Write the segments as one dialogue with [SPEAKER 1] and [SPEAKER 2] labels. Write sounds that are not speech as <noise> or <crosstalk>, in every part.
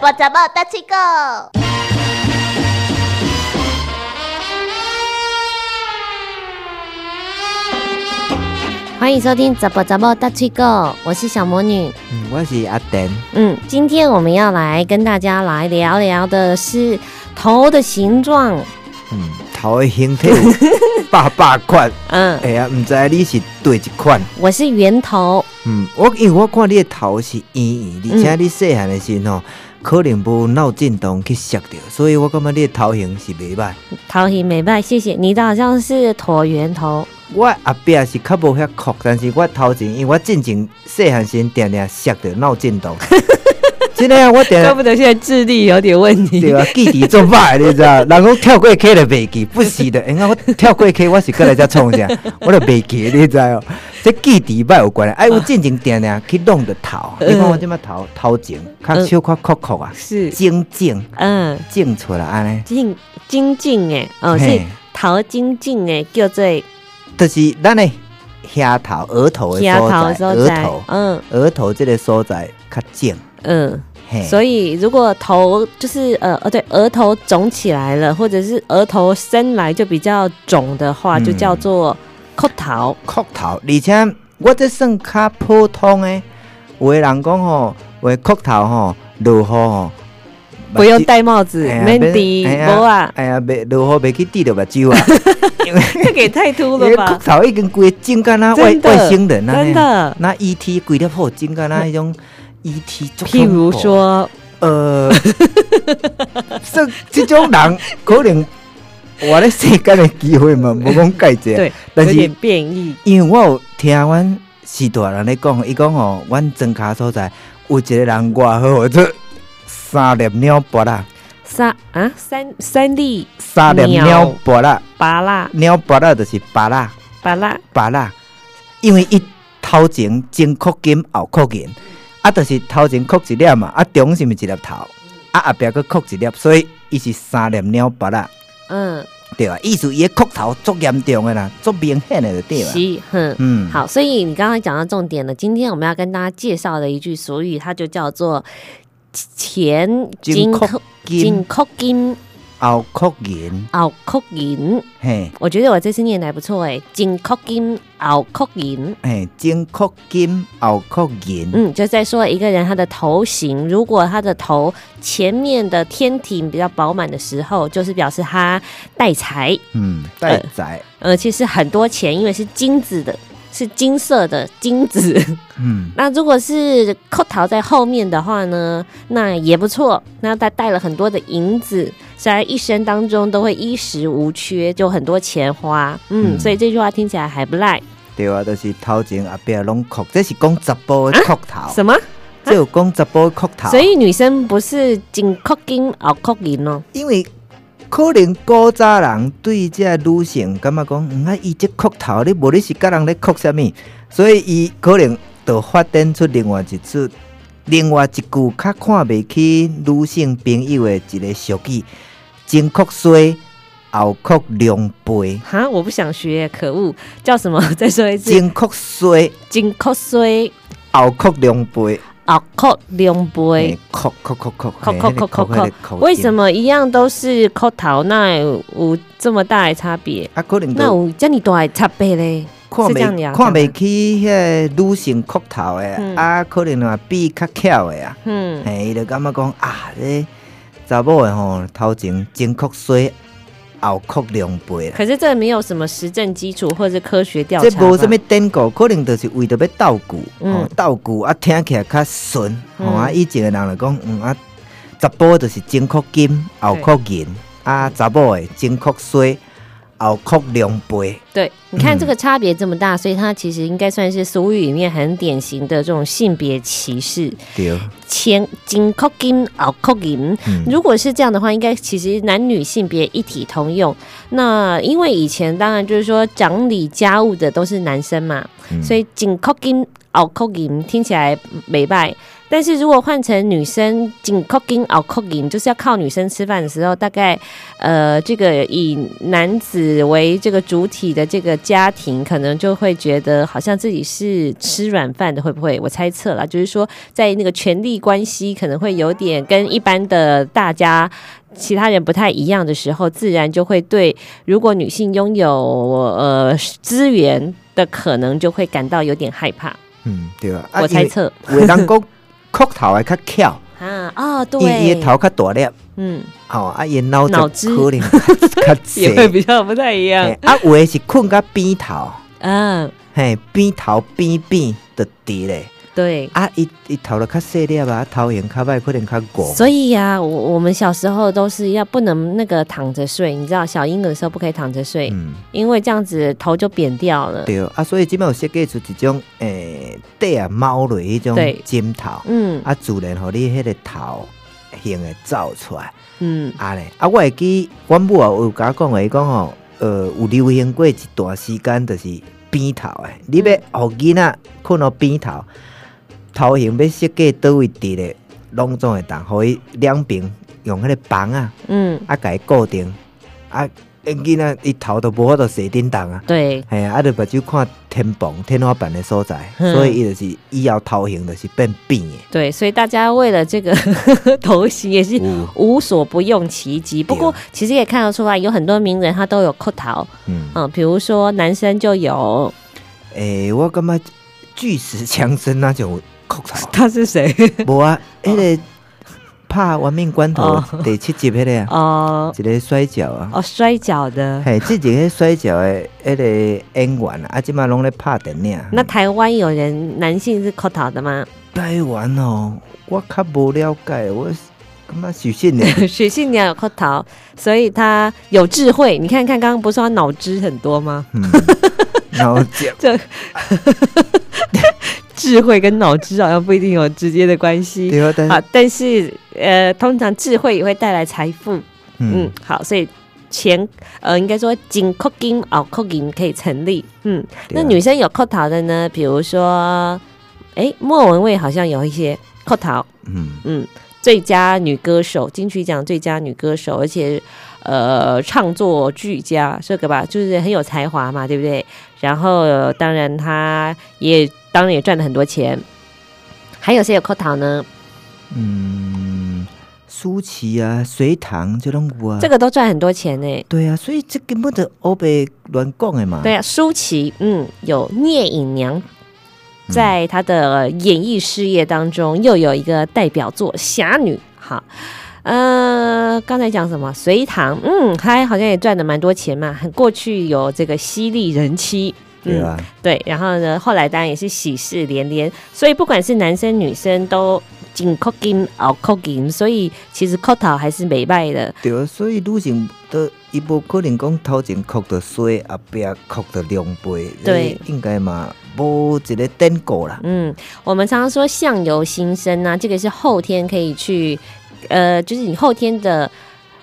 [SPEAKER 1] 波怎么大气 go？
[SPEAKER 2] 欢迎收听《怎么怎么大吹狗》，我是小魔女。
[SPEAKER 3] 嗯，我是阿丹。
[SPEAKER 2] 嗯，今天我们要来跟大家来聊聊的是头的形状。
[SPEAKER 3] 嗯，头的形体 <laughs> 有百百款，
[SPEAKER 2] 嗯，
[SPEAKER 3] 哎呀，毋知你是对一款。
[SPEAKER 2] 我是圆头，
[SPEAKER 3] 嗯，我因为我看你的头是圆圆，而且你细汉的时候可能无脑震动去摔着，所以我感觉你的头型是袂歹。
[SPEAKER 2] 头型美败，谢谢你的好像是椭圆头。
[SPEAKER 3] 我后壁是较无遐酷，但是我头前因为我进前细汉时定定摔着脑震 <laughs> 动，真的啊，我定
[SPEAKER 2] 怪
[SPEAKER 3] 定
[SPEAKER 2] 不得现在智力有点问题
[SPEAKER 3] <laughs> 对
[SPEAKER 2] <laughs>
[SPEAKER 3] 啊，记忆做歹，你知道？人讲跳过溪就袂记，不
[SPEAKER 2] <laughs>
[SPEAKER 3] 是的。因为我跳过溪，我是过来才创啥，我就袂记，你知哦？ <laughs> 这记忆歹有关的，
[SPEAKER 2] 啊
[SPEAKER 3] 哎，我进前定定去弄着头，
[SPEAKER 2] 呃
[SPEAKER 3] 你看我即摆头头前，较小可酷酷啊，
[SPEAKER 2] 是，
[SPEAKER 3] 整整
[SPEAKER 2] 嗯，
[SPEAKER 3] 整出来安尼，
[SPEAKER 2] 精精进哎，哦是
[SPEAKER 3] 嘿
[SPEAKER 2] 头精进哎，叫做
[SPEAKER 3] 就是咱的下头、额头的
[SPEAKER 2] 牙头的所
[SPEAKER 3] 所在，额
[SPEAKER 2] 在
[SPEAKER 3] 头。、
[SPEAKER 2] 嗯
[SPEAKER 3] 额头这个所在较整，
[SPEAKER 2] 嗯。
[SPEAKER 3] 嘿，
[SPEAKER 2] 所以，如果头就是呃呃，对，额头肿起来了，或者是额头生来就比较肿的话，
[SPEAKER 3] 嗯
[SPEAKER 2] 就叫做扣头。
[SPEAKER 3] 酷头，而且我这算较普通诶。有的人讲吼，有的酷头吼，落雨吼，
[SPEAKER 2] 不用戴帽子
[SPEAKER 3] 哎呀
[SPEAKER 2] ，Mandy
[SPEAKER 3] 别哎呀
[SPEAKER 2] 无啊， <laughs>
[SPEAKER 3] 哎呀，袂落雨袂去滴到目睭啊！
[SPEAKER 2] 这个也太突
[SPEAKER 3] 因
[SPEAKER 2] 了
[SPEAKER 3] 为骨
[SPEAKER 2] 吧？
[SPEAKER 3] 头已经规个整干那外
[SPEAKER 2] 真的
[SPEAKER 3] 外星人啊，
[SPEAKER 2] 真的，
[SPEAKER 3] 那 ET 规粒破整干那迄种 ET 足恐
[SPEAKER 2] 譬
[SPEAKER 3] 怖。
[SPEAKER 2] 如说，
[SPEAKER 3] 呃， <laughs> 说这种人可能活咧世间的机会
[SPEAKER 2] <laughs>
[SPEAKER 3] 嘛，无讲介济。啊
[SPEAKER 2] 对，
[SPEAKER 3] 但
[SPEAKER 2] 有点
[SPEAKER 3] 是
[SPEAKER 2] 变异，
[SPEAKER 3] 因为我有听阮是大人咧讲，伊讲吼，阮庄卡所在有一个人外号叫做三粒鸟脖啦，
[SPEAKER 2] 三啊三三粒
[SPEAKER 3] 三粒
[SPEAKER 2] 鸟
[SPEAKER 3] 鸟脖啦，
[SPEAKER 2] 拔蜡
[SPEAKER 3] 鸟脖啦就是巴啦。
[SPEAKER 2] 拔蜡，
[SPEAKER 3] 巴啦，因为伊头前前扣金后扣银，啊，就是头前扣一粒嘛，啊，中是毋是一粒头，啊，后壁佫扣一粒，所以伊是三粒鸟巴啦，
[SPEAKER 2] 嗯，
[SPEAKER 3] 对啊，意思伊的扣头足严重的啦，足明显的就对啊。
[SPEAKER 2] 是，哼。
[SPEAKER 3] 嗯，
[SPEAKER 2] 好，所以你刚刚讲到重点了。今天我们要跟大家介绍的一句俗语，它就叫做“前金
[SPEAKER 3] 金
[SPEAKER 2] 扣
[SPEAKER 3] 扣
[SPEAKER 2] 金
[SPEAKER 3] 金
[SPEAKER 2] 扣金
[SPEAKER 3] 后扣银，
[SPEAKER 2] 后扣银”。
[SPEAKER 3] 嘿，
[SPEAKER 2] 我觉得我这次念的还不错哎，“金扣金后扣银
[SPEAKER 3] 嘿，前扣哎金后扣”。银，
[SPEAKER 2] 嗯，就在说一个人他的头型，如果他的头前面的天庭比较饱满的时候，就是表示他带财，
[SPEAKER 3] 嗯，带财，
[SPEAKER 2] 而且是很多钱，因为是金子的，是金色的金子。
[SPEAKER 3] 嗯，
[SPEAKER 2] 那如果是扣桃在后面的话呢，那也不错。那他带了很多的银子，虽然一生当中都会衣食无缺，就很多钱花。嗯，
[SPEAKER 3] 嗯
[SPEAKER 2] 所以这句话听起来还不赖。
[SPEAKER 3] 对啊，就是头前后壁啊拢扣，这是讲十步的扣头，
[SPEAKER 2] 什么？
[SPEAKER 3] 这有讲十步的扣头。
[SPEAKER 2] 所以女生不是仅扣金而扣银哦？
[SPEAKER 3] 因为可能古早人对这女性感觉讲，嗯啊，伊这磕头，你无你是甲人咧磕什物，所以伊可能就发展出另外一出，另外一句较看袂起女性朋友的一个俗语：前磕衰，后磕两倍。
[SPEAKER 2] 哈，我不想学，可恶！叫什么？ <laughs> 再说一次，
[SPEAKER 3] 前磕衰，
[SPEAKER 2] 仅扣衰
[SPEAKER 3] 后磕两倍。
[SPEAKER 2] 而扣两杯
[SPEAKER 3] 嘿。磕磕磕磕
[SPEAKER 2] 扣哎
[SPEAKER 3] 嘿
[SPEAKER 2] 扣
[SPEAKER 3] 那个
[SPEAKER 2] 扣扣
[SPEAKER 3] 那个扣
[SPEAKER 2] 为什
[SPEAKER 3] 音？
[SPEAKER 2] 么一样都是扣桃，那有有这么大的差别？
[SPEAKER 3] 啊，可能
[SPEAKER 2] 那
[SPEAKER 3] 就
[SPEAKER 2] 有这么大的差别嘞？
[SPEAKER 3] 看
[SPEAKER 2] 是
[SPEAKER 3] 袂
[SPEAKER 2] 这样聊
[SPEAKER 3] 看
[SPEAKER 2] 对
[SPEAKER 3] 袂
[SPEAKER 2] 吗
[SPEAKER 3] 起迄个女性磕头的，
[SPEAKER 2] 嗯
[SPEAKER 3] 啊，可能嘛比较巧的啊，
[SPEAKER 2] 嗯。
[SPEAKER 3] 嘿、伊就感觉讲啊，这查某的吼，头前前磕水，后磕两倍啦，
[SPEAKER 2] 可是这没有什么实证基础或者科学调
[SPEAKER 3] 这
[SPEAKER 2] 查吧，
[SPEAKER 3] 无什物典故，可能就是为着要斗鼓，
[SPEAKER 2] 嗯
[SPEAKER 3] 吼斗鼓啊，听起来较顺，吼、
[SPEAKER 2] 嗯
[SPEAKER 3] 啊，以前的人就讲，嗯啊，查甫就是前磕金，后磕银，啊，查某的前磕水，后磕两倍，
[SPEAKER 2] 对，你看
[SPEAKER 3] 嗯
[SPEAKER 2] 这个差别这么大，所以它其实应该算是俗语里面很典型的这种性别歧视，
[SPEAKER 3] 对，
[SPEAKER 2] 前金扣金后扣银。
[SPEAKER 3] 嗯
[SPEAKER 2] 如果是这样的话，应该其实男女性别一体通用。那因为以前当然就是说掌理家务的都是男生嘛，
[SPEAKER 3] 嗯
[SPEAKER 2] 所以紧扣金后扣银听起来美拜。但是如果换成女生，仅 cooking or cooking，就是要靠女生吃饭的时候，大概呃，这个以男子为这个主体的这个家庭，可能就会觉得好像自己是吃软饭的，会不会？我猜测啦，就是说在那个权力关系可能会有点跟一般的大家。其他人不太一样的时候，自然就会对如果女性拥有呃资源的可能，就会感到有点害怕。
[SPEAKER 3] 嗯，对啊。
[SPEAKER 2] 我猜测
[SPEAKER 3] 因为有的
[SPEAKER 2] <laughs>
[SPEAKER 3] 人讲磕头会较巧，
[SPEAKER 2] 啊，哦，
[SPEAKER 3] 因为伊的
[SPEAKER 2] 对，
[SPEAKER 3] 头较大粒，
[SPEAKER 2] 嗯，
[SPEAKER 3] 哦，啊，伊的脑
[SPEAKER 2] 脑
[SPEAKER 3] 子
[SPEAKER 2] 汁 <laughs>
[SPEAKER 3] 可能较
[SPEAKER 2] 也会
[SPEAKER 3] 济。
[SPEAKER 2] 比较不太一样
[SPEAKER 3] 嘿。啊，有的是困到边头，
[SPEAKER 2] 嗯，
[SPEAKER 3] 嘿，边头边边就直咧。
[SPEAKER 2] 对。
[SPEAKER 3] 啊，伊伊头就较细粒啊，头型较歹，可能较戆。
[SPEAKER 2] 所以呀、我我们小时候都是要不能那个躺着睡，你知道小婴儿的时候不可以躺着睡，
[SPEAKER 3] 嗯，
[SPEAKER 2] 因为这样子头就扁掉了。
[SPEAKER 3] 对啊，所以即摆有设计出一种诶底啊猫类迄
[SPEAKER 2] 对
[SPEAKER 3] 种枕头，
[SPEAKER 2] 嗯
[SPEAKER 3] 啊，自然互你迄个头形会走出来。
[SPEAKER 2] 嗯，
[SPEAKER 3] 啊咧，啊，我会记阮母啊有甲我讲的，伊讲吼，呃，有流行过一段时间，就是扁头诶，你
[SPEAKER 2] 嗯
[SPEAKER 3] 要互囡仔困到扁头，头型要设计倒位直咧，拢总会当互伊两边用迄个棒啊，
[SPEAKER 2] 嗯，
[SPEAKER 3] 啊，甲伊固定，啊，呃囡仔伊头都无法度坐叮当啊。
[SPEAKER 2] 对，
[SPEAKER 3] 嘿啊，啊，就目睭看天棚、天花板的所在，
[SPEAKER 2] 嗯
[SPEAKER 3] 所以伊就是以后头型就是变扁的。
[SPEAKER 2] 对，所以大家为了这个 <laughs> 头型也是
[SPEAKER 3] 有
[SPEAKER 2] 无所不用其极。不过
[SPEAKER 3] 对
[SPEAKER 2] 其实也看得出来，有很多名人他都有扣头，
[SPEAKER 3] 嗯，
[SPEAKER 2] 嗯，比如说男生就有，
[SPEAKER 3] 诶、我感觉巨石强森那种口头
[SPEAKER 2] <laughs> 他是 <laughs> 谁？
[SPEAKER 3] 无啊，迄、个拍亡命关头
[SPEAKER 2] 哦
[SPEAKER 3] 第七集迄个啊，
[SPEAKER 2] 哦
[SPEAKER 3] 一个摔跤啊，
[SPEAKER 2] 哦，摔跤的。
[SPEAKER 3] 嘿，之前迄摔跤的迄个演员啊，啊，即摆拢咧拍电影。啊
[SPEAKER 2] 那台湾有人男性是扣头的吗？ <laughs>
[SPEAKER 3] 台湾哦，我较无了解，我感觉许信呢，
[SPEAKER 2] 许信鸟有扣头，所以他有智慧。你看看，刚刚不是说他脑汁很多吗？
[SPEAKER 3] 嗯， <laughs> 然后这
[SPEAKER 2] 智慧跟脑汁好像不一定有直接的关系
[SPEAKER 3] 对啊，但
[SPEAKER 2] 好，
[SPEAKER 3] 是
[SPEAKER 2] 但是呃，通常智慧也会带来财富。嗯
[SPEAKER 3] 嗯，
[SPEAKER 2] 好，所以前呃，应该说仅 cooking or cooking 可以成立。嗯，
[SPEAKER 3] 对
[SPEAKER 2] 那
[SPEAKER 3] 啊
[SPEAKER 2] 女生有扣头的呢，比如说，哎，莫文蔚好像有一些扣头。
[SPEAKER 3] 嗯
[SPEAKER 2] 嗯，最佳女歌手金曲奖最佳女歌手，而且呃，唱作俱佳，这个吧，就是很有才华嘛，对不对？然后、呃当然她也当然也赚了很多钱。还有谁有扣桃呢？
[SPEAKER 3] 嗯，舒淇啊，隋唐这拢有啊。
[SPEAKER 2] 这个都赚很多钱呢、
[SPEAKER 3] 对啊，所以这根本就欧白乱讲的嘛。
[SPEAKER 2] 对啊，舒淇，嗯，有聂隐
[SPEAKER 3] 嗯
[SPEAKER 2] 娘，在她的演艺事业当中又有一个代表作《侠女》。好，呃，刚才讲什么？隋唐，嗯，她好像也赚了蛮多钱嘛。很过去有这个犀利人妻，
[SPEAKER 3] 对
[SPEAKER 2] 嗯，
[SPEAKER 3] 啊，
[SPEAKER 2] 对，然后呢，后来当然也是喜事连连，所以不管是男生女生都紧 cooking or cooking，所以其实 c o t 还是美败的。
[SPEAKER 3] 对啊，所以女性都伊无可能讲头前哭到衰，后壁哭到两倍。
[SPEAKER 2] 对，
[SPEAKER 3] 应该嘛，无一个典故啦。
[SPEAKER 2] 嗯，我们常常说相由心生啊，这个是后天可以去，呃，就是你后天的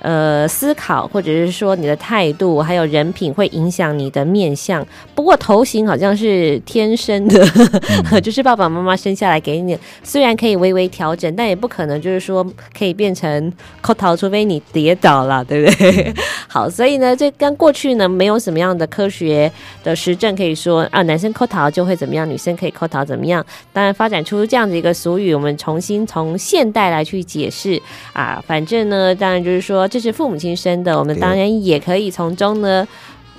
[SPEAKER 2] 呃思考，或者是说你的态度，还有人品，会影响你的面相。不过头型好像是天生的， <laughs> 就是爸爸妈妈生下来给你，虽然可以微微调整，但也不可能就是说可以变成扣头，除非你跌倒了，对不对？ <laughs> 好，所以呢，这跟过去呢没有什么样的科学的实证可以说啊，男生扣桃就会怎么样，女生可以扣桃怎么样。当然，发展出这样的一个俗语，我们重新从现代来去解释啊。反正呢，当然就是说这是父母亲生的，我们
[SPEAKER 3] 对
[SPEAKER 2] 当然也可以从中呢。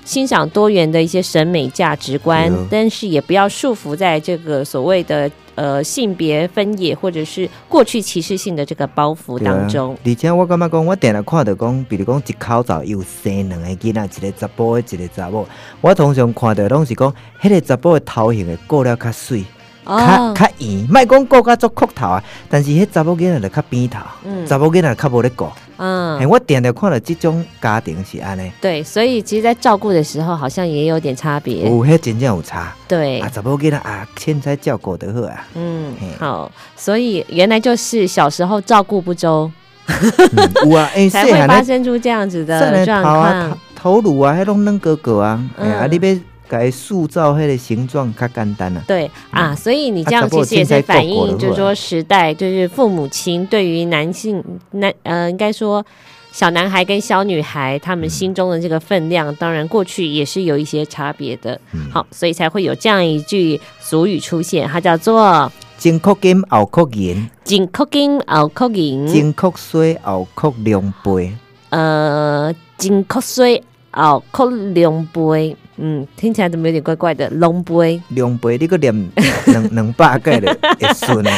[SPEAKER 2] 欣赏多元的一些审美价值观
[SPEAKER 3] 对啊，
[SPEAKER 2] 但是也不要束缚在这个所谓的呃性别分野或者是过去歧视性的这个包袱
[SPEAKER 3] 对啊
[SPEAKER 2] 当中。
[SPEAKER 3] 而且我感觉讲，我定定看到讲，比如讲一口罩有生两个囡仔，一个查甫，一个查某。我通常看到拢是讲，迄、个查甫的头型会顾了较水。
[SPEAKER 2] 哦
[SPEAKER 3] 较较圆，莫讲顾较足曲头啊，但是迄查某囡仔就较扁头，
[SPEAKER 2] 嗯
[SPEAKER 3] 查某囡仔较无咧顾。
[SPEAKER 2] 嗯
[SPEAKER 3] 嘿，，我定定看到即种家庭是安尼，
[SPEAKER 2] 对，所以其实，在照顾的时候，好像也有点差别。
[SPEAKER 3] 有迄真正有差。
[SPEAKER 2] 对，
[SPEAKER 3] 哦啊，查某囡仔啊，凊彩照顾就好啊。
[SPEAKER 2] 嗯
[SPEAKER 3] 嘿，
[SPEAKER 2] 好，所以原来就是小时候照顾不周，
[SPEAKER 3] 嗯有
[SPEAKER 2] <laughs>
[SPEAKER 3] 啊，因为
[SPEAKER 2] 才
[SPEAKER 3] 细
[SPEAKER 2] 会
[SPEAKER 3] 汉
[SPEAKER 2] 发
[SPEAKER 3] 咧，
[SPEAKER 2] 生出这样子
[SPEAKER 3] 细汉
[SPEAKER 2] 的
[SPEAKER 3] 咧头
[SPEAKER 2] 状
[SPEAKER 3] 啊
[SPEAKER 2] 况。
[SPEAKER 3] 头头颅啊，迄拢软哥哥啊，哎
[SPEAKER 2] 嗯
[SPEAKER 3] 啊，你要该塑造迄个形状较简单啊。
[SPEAKER 2] 对啊，
[SPEAKER 3] 嗯
[SPEAKER 2] 所以你这
[SPEAKER 3] 啊差
[SPEAKER 2] 样
[SPEAKER 3] 不多
[SPEAKER 2] 其实也
[SPEAKER 3] 现在
[SPEAKER 2] 是反
[SPEAKER 3] 做过了
[SPEAKER 2] 映，就是说时代，就是父母亲对于男性男呃，应该说小男孩跟小女孩他们心中的这个分量，当然过去也是有一些差别的。
[SPEAKER 3] 嗯
[SPEAKER 2] 好，所以才会有这样一句俗语出现，它叫做
[SPEAKER 3] 前曲金后曲银，
[SPEAKER 2] “紧扣金熬扣银，
[SPEAKER 3] 前曲水后曲两倍。
[SPEAKER 2] 呃，紧扣水熬扣龙杯”。嗯，听起来怎么有点怪怪的？龙杯，
[SPEAKER 3] 两倍你个念两两百个就会顺
[SPEAKER 2] <laughs>
[SPEAKER 3] 啊，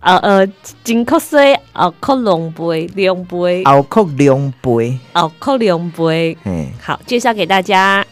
[SPEAKER 2] 呃呃，紧扣水熬扣龙杯，龙杯。
[SPEAKER 3] 后曲两倍，
[SPEAKER 2] 哦，扣两杯。
[SPEAKER 3] 嘿，
[SPEAKER 2] 好，介绍给大家。